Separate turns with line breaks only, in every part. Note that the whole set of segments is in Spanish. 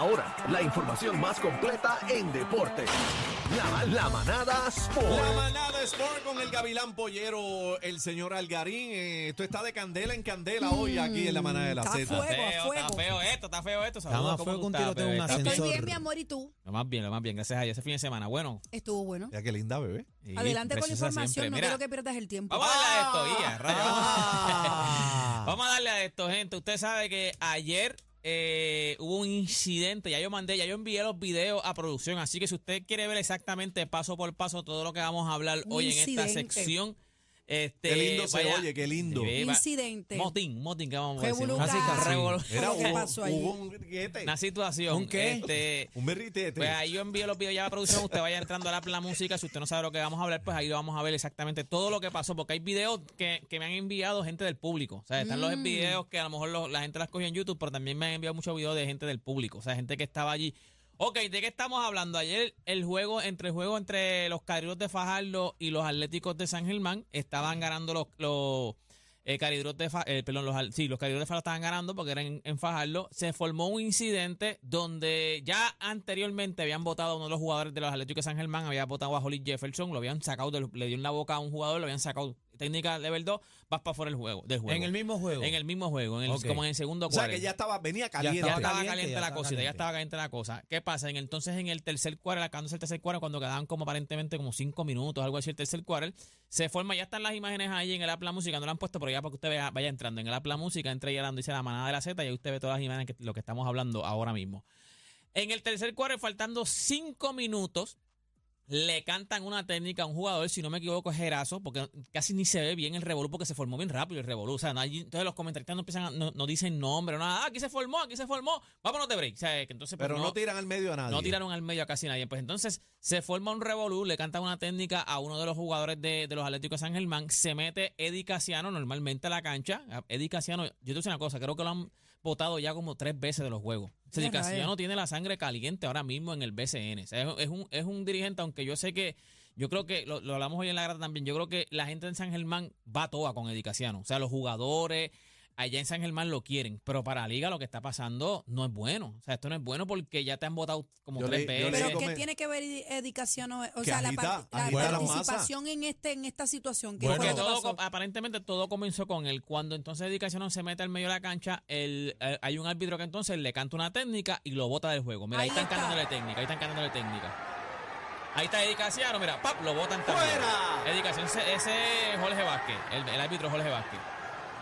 hora, la información más completa en deporte. La, la manada
La
Sport.
manada Sport con el Gavilán Pollero, el señor Algarín. Eh, esto está de candela en candela hoy aquí en la manada de la
Mm, está
Z.
fuerte. Fuego a
feo,
fuego.
Está feo esto, está feo esto.
Está más
¿cómo
feo
tú
que un
estás,
tiroteo en
bebé?
un
Está-
Estoy
ascensor.
bien, mi amor, ¿y tú?
Lo más bien, lo más bien. Gracias a Dios. Ese fin de semana, bueno.
Estuvo bueno.
Ya que linda, bebé.
y
Adelante con la
preciosa
información,
siempre.
no
Mira,
quiero que pierdas el tiempo.
Vamos a darle a esto, Guilla, rayo,
Ah.
vamos. Vamos a darle a esto, gente. Usted sabe que ayer eh, hubo un incidente. Ya yo mandé, ya yo envié los videos a producción. Así que si usted quiere ver exactamente paso por paso todo lo que vamos a hablar
Un
hoy en esta
incidente.
sección. Este,
Qué lindo se
vaya-
oye, qué lindo.
Sí, va-
Incidente.
Motín, motín que vamos a decir.
Revoluca.
Así que revol-
Era ¿Qué
hubo,
pasó ahí?
hubo un griguete,
Una situación.
¿Un qué?
este,
un berritete.
Pues ahí yo envío los videos ya a producción, usted vaya entrando a la, la música, si usted no sabe lo que vamos a hablar, pues ahí lo vamos a ver exactamente todo lo que pasó, porque hay videos que, que me han enviado gente del público, o sea, están los videos que a lo mejor los- la gente las cogió en YouTube, pero también me han enviado muchos videos de gente del público, o sea, gente que estaba allí. Ok, ¿de qué estamos hablando? Ayer el juego, entre el juego entre los Cariros de Fajardo y los Atléticos de San Germán, estaban ganando los... los eh, Cariduros de Fa- eh, perdón, los, al- sí, los Cariduros de Fajardo estaban ganando porque eran en, en Fajardo. Se formó un incidente donde ya anteriormente habían votado a uno de los jugadores de los Atléticos de San Germán, había votado a Holly Jefferson, lo habían sacado, del- le dio en la boca a un jugador, lo habían sacado. Técnica level 2, vas para fuera del juego, del juego.
En el mismo juego.
En el mismo juego, en el-
Ok.
como en el segundo
o sea
cuarto
que ya estaba, venía
ya
caliente.
estaba
caliente,
caliente,
ya
la
estaba
cosita, ya
caliente.
estaba caliente la cosa. ¿Qué pasa? En, entonces en el tercer cuarto, acabándose el tercer cuarto, cuando quedaban como aparentemente como cinco minutos, algo así, el tercer cuarto, se forma, ya están las imágenes ahí en el Apla Música, no la han puesto, pero ya para que usted vea- vaya entrando en el Apla Música, entre ahí a la donde dice la manada de la Z y ahí usted ve todas las imágenes que lo que estamos hablando ahora mismo. En el tercer cuarto, faltando cinco minutos, le cantan una técnica a un jugador, si no me equivoco, es Gerazo, porque casi ni se ve bien el revolú, porque se formó bien rápido el revolú. O sea, no hay- entonces los comentaristas no empiezan a- no, no dicen nombre, nada. Ah, aquí se formó, aquí se formó. Vámonos de break. O sea, que entonces, pues,
pero no,
no-
tiran al medio a nadie.
no tiraron al medio a casi nadie. Pues entonces se forma un revolú, le cantan una técnica a uno de los jugadores de, de los Atléticos de San Germán. Se mete Eddie Casiano normalmente a la cancha. A- Eddie Casiano, yo te digo una cosa, creo que lo han votado ya como tres veces de los juegos. O sea,
Ya,
Eddie Casiano tiene la sangre caliente ahora mismo en el BCN. O sea, es, es un, es un dirigente, aunque yo sé que. Yo creo que, lo, lo hablamos hoy en la grada también, yo creo que la gente en San Germán va toda con Eddie Casiano. O sea, los jugadores, allá en San Germán lo quieren, pero para la liga lo que está pasando no es bueno. O sea, esto no es bueno porque ya te han votado como
Yo
tres
leí- yo
veces.
leí
Pero
come-
¿qué tiene que ver educación? O
Que
sea, la,
agita,
par- la
agita
la
participación en este en esta situación. ¿Qué
Bueno,
fue
Porque
lo que
todo,
pasó?
co- aparentemente todo comenzó con él. Cuando entonces Edicación se mete al medio de la cancha, el, eh, hay un árbitro que entonces le canta una técnica y lo bota del juego. Mira, ahí,
Ahí
están
está.
cantándole técnica, ahí están cantándole técnica. Ahí está Edicación, mira, ¡pap! lo botan también.
¡Fuera!
Edicación, ese ese es Jorge Vázquez, el, el árbitro Jorge Vázquez.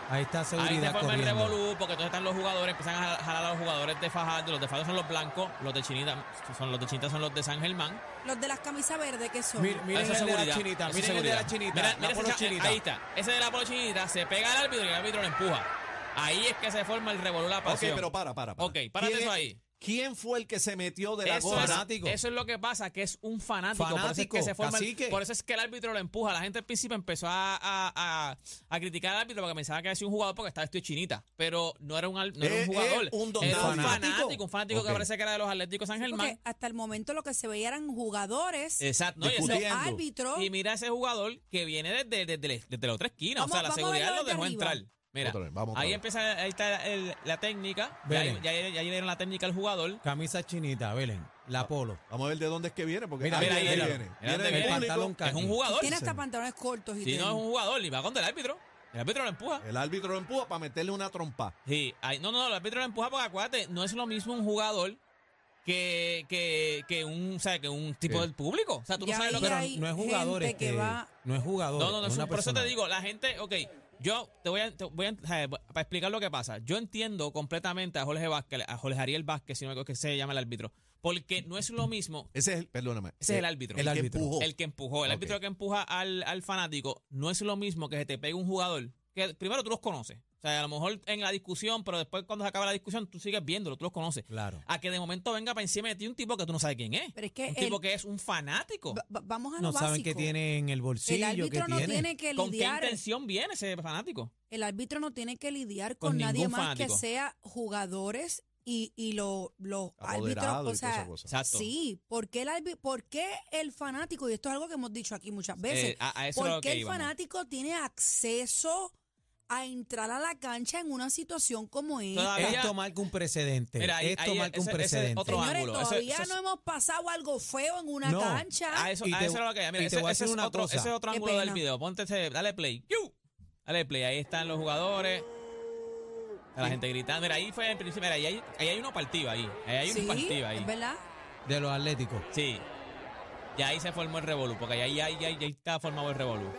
Ahí está
Ahí se
seguridad
forma el
corriendo.
revolú, porque entonces están los jugadores, empiezan a jalar a los jugadores de Fajardo, los de Fajardo son los blancos, los de Chinita son los de Chinita son los de San Germán.
Los de las camisas verdes, que son?
Mira, mira.
Eso es
el de la
seguridad,
chinita,
eso es
miren el de
seguridad.
la chinita,
Mira,
la
mira ese
polo
cha-
chinita.
Ahí está, ese de la polo chinita se pega al árbitro y el árbitro lo empuja. Ahí es que se forma el revolú la
Ok,
pasión.
pero para, para, para.
Ok, párate
¿Quién
eso
es-
ahí.
¿Quién fue el que se metió de la
Eso es,
gorra?
fanático.
eso es lo que pasa, que es un fanático. por, eso es
Fanático,
que se forma el-
cacique.
por eso es que el árbitro lo empuja. La gente al principio empezó a, a- a- a criticar al árbitro porque pensaba que había sido un jugador porque estaba esto chinita. Pero no era un, al- no era
Eh,
un jugador.
eh, un don
era un
fanático.
fanático, un fanático
Ok.
que parece que era de los Atléticos de San Germán.
Porque hasta el momento lo que se veía eran jugadores,
Exacto. No, y, ese-
Discutiendo.
árbitros.
y mira ese jugador que viene desde, desde, desde, desde la otra esquina.
Vamos-
o sea, la
vamos a
seguridad
verlo
lo
desde
dejó
arriba.
entrar. Mira,
Otra vez, vamos otra
ahí
vez.
empieza ahí está el- la técnica. Ya,
Vele.
ya, ya le dieron la técnica al jugador.
Camisa chinita, Belén.
Ah.
La polo.
Vamos a ver de dónde es que viene, porque
Mira,
Ah,
mira,
viene,
mira,
viene.
mira
Viene
dónde
del
viene.
público.
Pantalón
Es un jugador.
tiene hasta pantalones cortos y
Si no es
tenis.
un jugador, y va contra el árbitro. El árbitro lo empuja.
El árbitro lo empuja para meterle una trompa.
Sí, ay, no, no, el árbitro lo empuja porque acuérdate, no es lo mismo un jugador que, que, que un, o sea, que un tipo
Sí.
del público. O sea, tú
Ya
no sabes lo que
ahí
Pero
hay
no es jugador
gente que
este,
va-
No es jugador.
No, no, no,
es
es
una
un- por eso te
persona.
digo, la gente, ok, yo te voy a, te voy a- eh, para explicar lo que pasa, yo entiendo completamente a Jorge Vázquez, a Jorge Ariel Vázquez, si no me equivoco, que se llama el árbitro, porque no es lo mismo,
Ese es el, perdóname.
ese es el árbitro.
el
que
árbitro.
empujó.
El que empujó, el
Ok.
árbitro que empuja al, al fanático, no es lo mismo que se te pegue un jugador. Que primero tú los conoces. O sea, a lo mejor en la discusión, pero después cuando se acaba la discusión, tú sigues viéndolo, tú los conoces.
Claro.
A que de momento venga para encima de ti un tipo que tú no sabes quién es.
Pero es que
un
el-
tipo que es un fanático.
Va- va- Vamos a lo
No
básico.
saben qué tiene en el
el
bolsillo. qué
árbitro no tiene, que
¿Con qué
lidiar.
intención viene ese fanático?
El árbitro no tiene que lidiar
Con
con, nadie
ningún
más
fanático.
que sea jugadores y, y lo- los
Apoderado
árbitros.
y
O
toda esa
sea,
cosa.
Exacto.
Sí, ¿por qué, el árbi- por qué el fanático, y esto es algo que hemos dicho aquí muchas veces,
Eh, a, a eso Eh, es
por
lo
qué
que
el
íbamos.
fanático tiene acceso a entrar a la cancha en una situación como esta.
Todavía-
Esto marca un precedente.
Mira, ahí-
Esto
ahí-
marca un
ese- ese es
precedente.
otro
Señores,
ángulo, eso-
todavía
eso es-
no hemos pasado algo feo en una
No,
cancha.
A Ah, eso,
Ah, Y
a
te-
eso es lo que. Mira,
y te
ese,
voy a
ese
decir
es
una
otro,
cosa.
ese es otro
Qué
ángulo del
pena.
video. Ponte ese- dale play. ¡Yu! Dale play. Ahí están los jugadores. Está la gente gritando. Mira, ahí fue el principio. Mira, ahí hay, ahí hay una partida ahí. Ahí hay una
sí,
partida ahí.
es verdad.
De los atléticos.
Sí. Y ahí se formó el revolú, porque ahí, ahí, ahí, ahí está formado el revolú.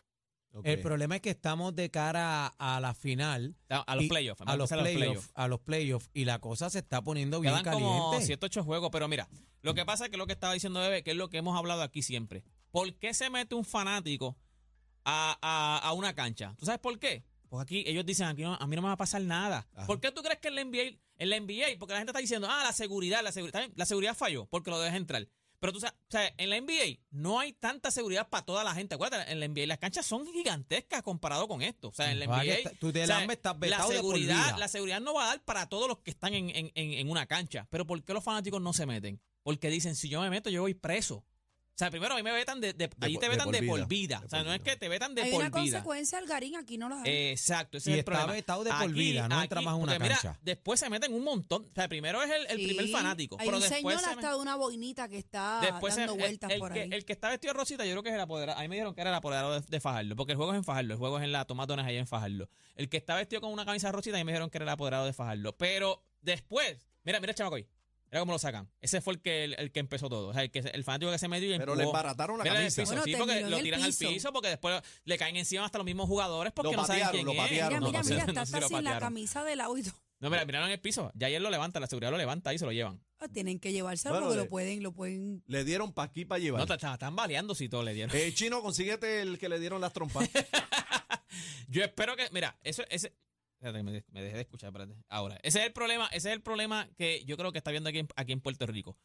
Ok.
El problema es que estamos de cara a la final.
A, a los
y-
playoffs.
A los
vamos a empezar
playoffs. A los playoffs. Y la cosa se está poniendo bien
Quedan como
caliente.
7, 8 juegos, pero mira, lo que pasa es que lo que estaba diciendo Bebe, que es lo que hemos hablado aquí siempre. ¿Por qué se mete un fanático a, a- a una cancha? ¿Tú sabes por qué? Porque aquí ellos dicen, aquí no- a mí no me va a pasar nada.
Ajá.
¿Por qué tú crees que en la NBA, en la NBA, porque la gente está diciendo, ah, la seguridad, la seguridad, está bien, la seguridad falló porque lo dejas entrar. Pero tú sabes, o sea, en la NBA no hay tanta seguridad para toda la gente. Acuérdate, en la NBA las canchas son gigantescas comparado con esto. O sea, en la
Ah, que
NBA,
está- tú te
o sea,
lambes, estás
la
vetado de por
seguridad,
vida.
la seguridad no va a dar para todos los que están en, en- en- en una cancha. Pero ¿por qué los fanáticos no se meten? Porque dicen, si yo me meto, yo voy preso. O sea, primero a mí me vetan de, de- allí
por-
te
de
vetan
por
de por vida.
vida. De
O sea,
por
no es
vida.
que te vetan de
Hay una
por vida. Eh,
consecuencia al Garín, aquí no las hay.
Exacto, ese
Y
es el
está
problema.
vetado de por vida, no entra más a una
porque mira,
cancha.
después se meten un montón. O sea, primero es el, el
Sí,
primer fanático.
Hay
pero
un
después
señor
se
hasta
me-
de una boinita que está
Después
Ah, dando
el, el-
vueltas
el
por
que,
ahí.
el que está vestido de rosita, yo creo que es el apoderado. A mí me dijeron que era el apoderado de, de Fajardo, porque el juego es en Fajardo, el juego es en la Tomatones allá en Fajardo. El que está vestido con una camisa rosita, a mí me dijeron que era el apoderado de Fajardo. Pero después, mira, mira el chamaco ahí. Mira cómo lo sacan. Ese fue el que, el, el que empezó todo. O sea, el, que, el fanático que se metió y
Pero
empujó.
le embarataron la
Mira en el
camisa.
piso,
Bueno,
sí,
terminó
porque
en
lo
el
tiran
piso.
al piso porque después le caen encima hasta los mismos jugadores porque
Lo
no saben
patearon,
quién
lo
es.
patearon,
mira,
no,
mira,
no,
mira,
no
está
sé si lo
hasta sin la
patearon.
camisa de lado y todo.
No, mira, miraron en el piso. Ya ayer lo levanta, la seguridad lo levanta ahí y se lo llevan.
Ah, Tienen que llevárselo
Bueno,
porque
eh,
le-
lo pueden, lo pueden
Le dieron pa' aquí para
No,
llevar.
te- te- están baleando si todo le dieron.
Eh, Chino, consíguete el que le dieron las trompas.
Yo espero que, mira, eso ese espérate, me, de- me dejé de escuchar, espérate. Ahora, ese es el problema, ese es el problema que yo creo que está viendo aquí en, aquí en Puerto Rico.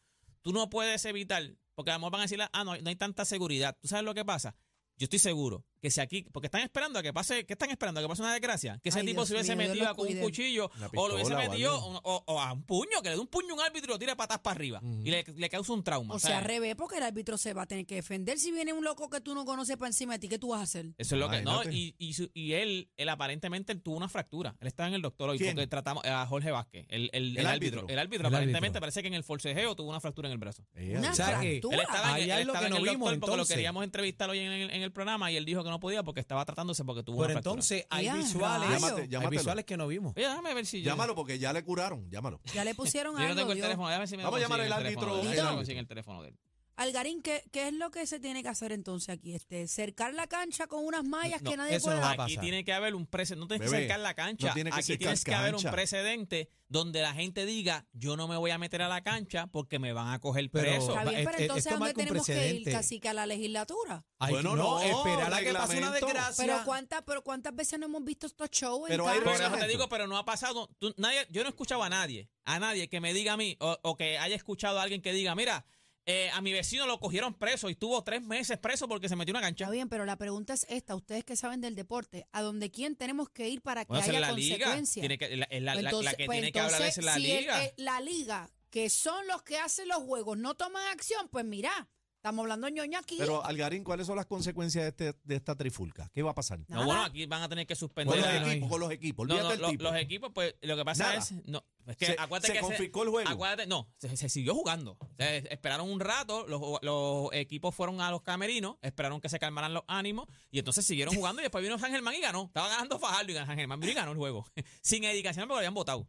Tú no puedes evitar, porque a lo mejor van a decir, ah, no, no hay tanta seguridad. ¿Tú sabes lo que pasa? Yo estoy seguro que si aquí, porque están esperando a que pase, ¿qué están esperando? ¿A que pase una desgracia? Que ese
Ay,
tipo
Dios
se hubiese
mío, Dios
metido
los
con un
cuide.
cuchillo
Una
o lo hubiese
pistola o
metido
algo.
o, o a un puño, que le dé un puño a un árbitro y lo tire patas para arriba y le, le causa un trauma.
O
¿sabes?
sea, al revés, porque el árbitro se va a tener que defender. Si viene un loco que tú no conoces para encima de ti, ¿qué tú vas a hacer?
Eso es lo que no
Imagínate.
y, y, su- y él él aparentemente él tuvo una fractura. Él estaba en el doctor hoy
¿Quién?
porque tratamos a Jorge Vázquez, el, el,
El
el
árbitro.
árbitro, el árbitro
El
aparentemente
árbitro.
parece que en el forcejeo tuvo una fractura en el brazo.
Eh,
Una
O sea, que-
Él
fractura.
estaba en,
Ahí
él
es lo
estaba
que
en
no
el doctor
vimos,
porque lo
entonces.
queríamos entrevistar hoy en el, en el programa y él dijo que no podía porque estaba tratándose porque tuvo
Pero
una fractura.
entonces hay
Ya,
visuales.
rayos.
Llámate,
hay
llámatelo.
visuales que no vimos.
Oye, déjame ver si yo,
Llámalo porque ya le curaron. Llámalo.
Pues,
Ya le pusieron
yo
algo.
no tengo el
Dios.
teléfono, déjame ver si me
Vamos a llamar
consiguen
al
el
árbitro,
teléfono de él,
el
si me
árbitro.
consiguen el teléfono de él.
Algarín, ¿qué, ¿qué es lo que se tiene que hacer entonces aquí? Este, cercar la cancha con unas mallas
No,
que nadie
eso no va
pueda.
a
Aquí
pasar.
tiene que haber un precedente, no tienes
Bebé,
que cercar la cancha,
no tiene que
aquí
cercar
tienes que haber un
cancha.
precedente donde la gente diga, yo no me voy a meter a la cancha porque me van a coger
Pero-
preso.
Está bien,
Es-
pero
es-
entonces
esto
¿a dónde
marca un
tenemos que ir?
precedente.
Casi que a la legislatura.
Ay,
Bueno, no,
esperar a que pase una
reglamento.
desgracia.
Pero cuántas, pero cuántas veces no hemos visto estos shows en
Pero hay
Por
cancha?
eso te
Exacto.
digo, pues, pero no ha pasado. tú- nadie, yo no he escuchado a nadie, a nadie que me diga a mí o, o que haya escuchado a alguien que diga, mira, eh, a mi vecino lo cogieron preso y estuvo tres meses preso porque se metió en una cancha.
Está bien, pero la pregunta es esta, ustedes que saben del deporte, ¿a dónde quién tenemos que ir para que
Bueno, esa
haya
es la liga.
consecuencias?
Tiene que, la, es la- la- la
Entonces,
que
pues
tiene que hablar
entonces,
es la
si el-
liga.
eh, la liga, que son los que hacen los juegos, no toman acción, pues mira, estamos hablando ñoña aquí.
Pero, Algarín, ¿cuáles son las consecuencias de, este- de esta trifulca? ¿Qué va a pasar?
no,
nada.
bueno, aquí van a tener que
Con
suspender.
los
Bueno,
a-
no hay-
equipos, con los equipos.
No,
Olvídate
no,
del
lo-
tipo.
los equipos, pues lo que pasa
Nada.
es. No, es que
se
acuérdate
se
que se-
confiscó el juego.
Acuérdate, no, se, se siguió jugando. Se esperaron un rato, los, ju- los equipos fueron a los camerinos, esperaron que se calmaran los ánimos y entonces siguieron jugando y después vino San Germán y ganó. Estaba ganando Fajardo y San Germán vino y ganó el juego. Sin dedicación porque lo habían votado.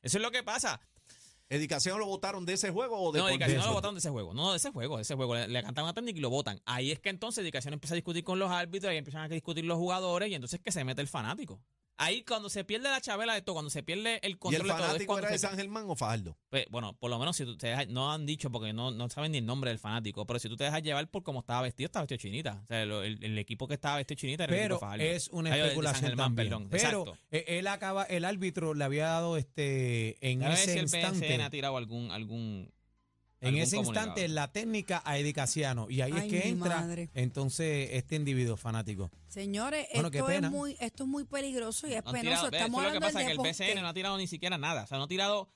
Eso es lo que pasa.
¿Educación lo votaron de ese juego o de
No,
por-
dedicación
de
no lo
eso?
votaron de ese juego. No, de ese juego, de ese juego. Le, le cantaban a técnico y lo votan. Ahí es que entonces dedicación empieza a discutir con los árbitros, ahí empiezan a discutir los jugadores y entonces es que se mete el fanático. Ahí cuando se pierde la chavela de todo, cuando se pierde
¿Y
el control
el
de todo, es
fanático
cuando
era de
se-
San Germán o Fajardo?
Pues, bueno, por lo menos si tú te dejas- no han dicho porque no, no saben ni el nombre del fanático, pero si tú te dejas llevar por cómo estaba vestido, estaba vestido chinita. O sea, lo- el, el equipo que estaba vestido chinita era el equipo
pero
de Fajardo.
es una
Ay, de San
especulación
Germán,
también.
perdón.
pero
Exacto.
eh, él acaba, el árbitro le había dado este en
A ver si
ese
el PSN ha
instante,
tirado algún, algún
en
algún
ese
comunicado.
instante la técnica a Edicaciano y ahí
Ay,
es que
mi
entra
madre.
entonces este individuo fanático.
Señores,
Bueno, qué
esto es
pena.
muy, esto es muy peligroso y es
No han
penoso.
tirado- ve,
Estamos
eso es lo
hablando
que pasa,
del
que el
deporte.
PCN no ha tirado ni siquiera nada. O sea, no ha tirado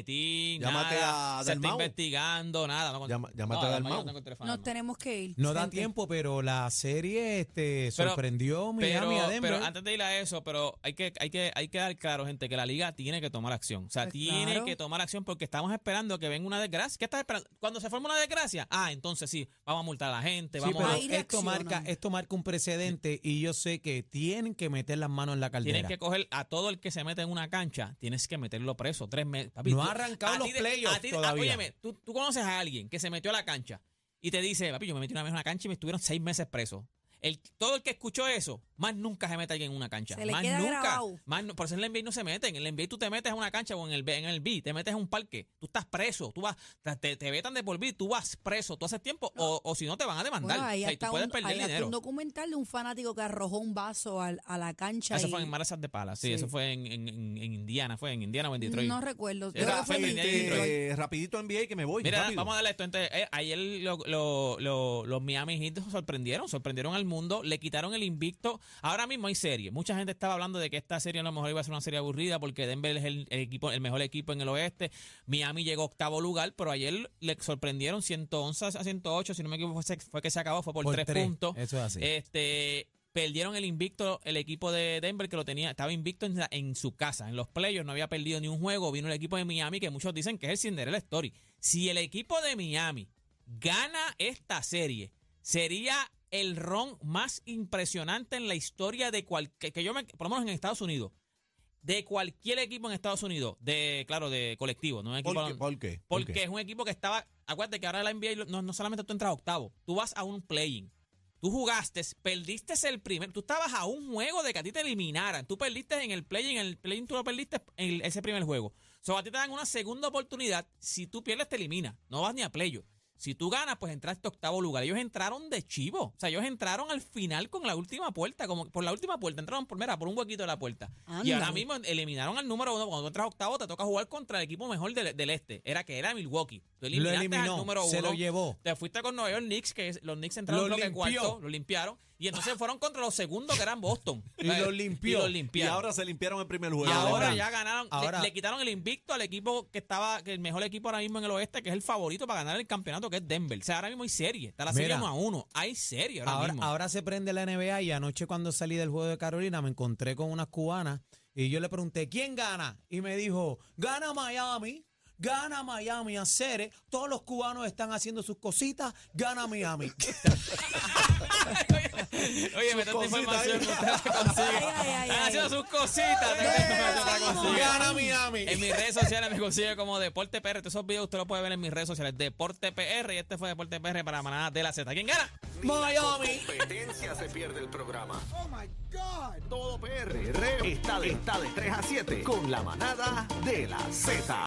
boletín,
Llámate
nada.
a
se está
Dalmau.
investigando, nada. No,
Llama- llámate
no,
a
yo
Dalmau.
no tengo el teléfono de
Nos
Dalmau.
tenemos que ir.
No da
gente.
tiempo, pero la serie este,
Pero-
sorprendió
Pero,
Miami a Denver.
pero antes de ir a eso, pero hay que, hay que, hay que dar claro, gente, que la liga tiene que tomar acción. O sea,
Pues
tiene
claro.
que tomar acción porque estamos esperando que venga una desgracia. ¿Qué estás esperando? Cuando se forma una desgracia, ah, entonces sí, vamos a multar a la gente,
Sí,
vamos
pero
a.
Ahí
esto
reaccionan.
marca, esto marca un precedente y yo sé que tienen que meter las manos en la
Tienes
caldera.
que coger a todo el que se mete en una cancha, tienes que meterlo preso. Tres meses. papi,
No
tú-
ha arrancado
a
los
ti de-
playoffs
a ti de- ah,
todavía.
óyeme, tú, tú conoces a alguien que se metió a la cancha y te dice, papi, yo me metí una vez en una cancha y me estuvieron seis meses preso. El, todo el que escuchó eso, más nunca se mete alguien en una cancha.
Se le
más
queda
nunca.
grabado.
Más nu- por eso en el NBA no se meten. En el NBA tú te metes a una cancha o en el, B- en el B, te metes a un parque. Tú estás preso. Tú vas, te, te vetan de por vida, tú vas preso. Tú haces tiempo o, o si no te van a demandar.
Bueno, ahí
O sea, y
hasta
tú puedes
un,
perder
ahí hasta
dinero.
un documental de un fanático que arrojó un vaso al- a la cancha.
Eso
y-
fue en Marazas de Pala, sí,
Sí.
eso fue en, en- en- en Indiana, fue en Indiana o en Detroit.
No recuerdo. Yo
Era-
creo que fue en
Felipe,
Detroit.
Eh, rapidito NBA que me voy.
Mira,
rápido.
vamos a darle esto. Entonces, eh, ayer lo- lo- lo- los Miami Heat sorprendieron, sorprendieron al mundo, le quitaron el invicto. Ahora mismo hay serie. Mucha gente estaba hablando de que esta serie a lo mejor iba a ser una serie aburrida porque Denver es el, el equipo, el mejor equipo en el oeste. Miami llegó a octavo lugar, pero ayer le sorprendieron 111 a 108, si no me equivoco fue, se- fue que se acabó, fue por, tres, puntos.
Eso es así.
Este perdieron el invicto el equipo de Denver que lo tenía estaba invicto en, la- en su casa en los playoffs no había perdido ni un juego vino el equipo de Miami que muchos dicen que es el Cinderella Story si el equipo de Miami gana esta serie sería el ron más impresionante en la historia de cualquier que yo me por lo menos en Estados Unidos de cualquier equipo en Estados Unidos de claro de colectivo no un equipo
¿Por qué? ¿Por qué? ¿Por
porque
qué?
es un equipo que estaba. Acuérdate que ahora la NBA lo- no, no solamente tú entras a octavo, tú vas a un playing. Tú jugaste, perdiste el primer. Tú estabas a un juego de que a ti te eliminaran. Tú perdiste en el play-in, en el play-in tú lo perdiste en el- ese primer juego. So, a ti te dan una segunda oportunidad. Si tú pierdes, te eliminas. No vas ni a playo. Si tú ganas, pues entraste a octavo lugar. Ellos entraron de chivo. O sea, ellos entraron al final con la última puerta. como Por la última puerta. Entraron por, mira, por un huequito de la puerta. Y
Ándale.
ahora mismo eliminaron al número uno. Cuando tú entras a octavo, te toca jugar contra el equipo mejor del, del este. Era que era Milwaukee. Tú
lo
eliminaste al
eliminó,
número uno.
se lo llevó.
Te fuiste con Nueva York Knicks, que es- los Knicks entraron
Lo
en bloque
limpió.
cuarto, lo limpiaron. Y entonces fueron contra los segundos, que eran Boston. Eh,
Y lo limpió.
Y lo
Y
limpiaron.
ahora se limpiaron el primer juego.
Y ahora
ahora-
ya ganaron, le-
ahora-
le, quitaron el invicto al equipo que estaba, que el mejor equipo ahora mismo en el oeste, que es el favorito para ganar el campeonato, que es Denver. O sea, ahora mismo hay serie. Está la serie
Mira.
1 a 1. Hay serie ahora,
Ahora,
mismo.
ahora se prende la NBA y anoche cuando salí del juego de Carolina me encontré con unas cubanas y yo le pregunté, ¿quién gana? Y me dijo, gana Miami, gana Miami a Ceres, todos los cubanos están haciendo sus cositas, gana Miami.
Oye, me tanta
cositas
información
ahí.
que ustedes consiguen.
Ay, ay, ay,
Están
ay.
haciendo sus cositas. tanta información que ustedes consiguen.
gana Miami.
En mis redes sociales me consigue como Deporte PR. Todos esos videos usted los puede ver en mis redes sociales. Deporte PR. Y este fue Deporte PR para Manada de la Z. ¿Quién gana?
Miami.
competencia se pierde el programa. Oh my God. Todo PR está de, está de 3 a 7 con la manada de la Z.